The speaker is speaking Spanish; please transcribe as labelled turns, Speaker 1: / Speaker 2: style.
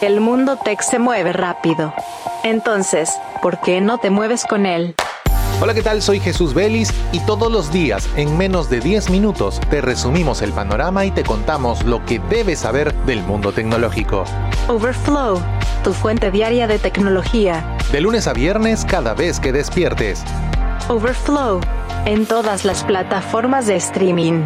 Speaker 1: El mundo tech se mueve rápido. Entonces, ¿por qué no te mueves con él?
Speaker 2: Hola, ¿qué tal? Soy Jesús Vélez y todos los días, en menos de 10 minutos, te resumimos el panorama y te contamos lo que debes saber del mundo tecnológico.
Speaker 1: Overflow, tu fuente diaria de tecnología.
Speaker 2: De lunes a viernes, cada vez que despiertes.
Speaker 1: Overflow, en todas las plataformas de streaming.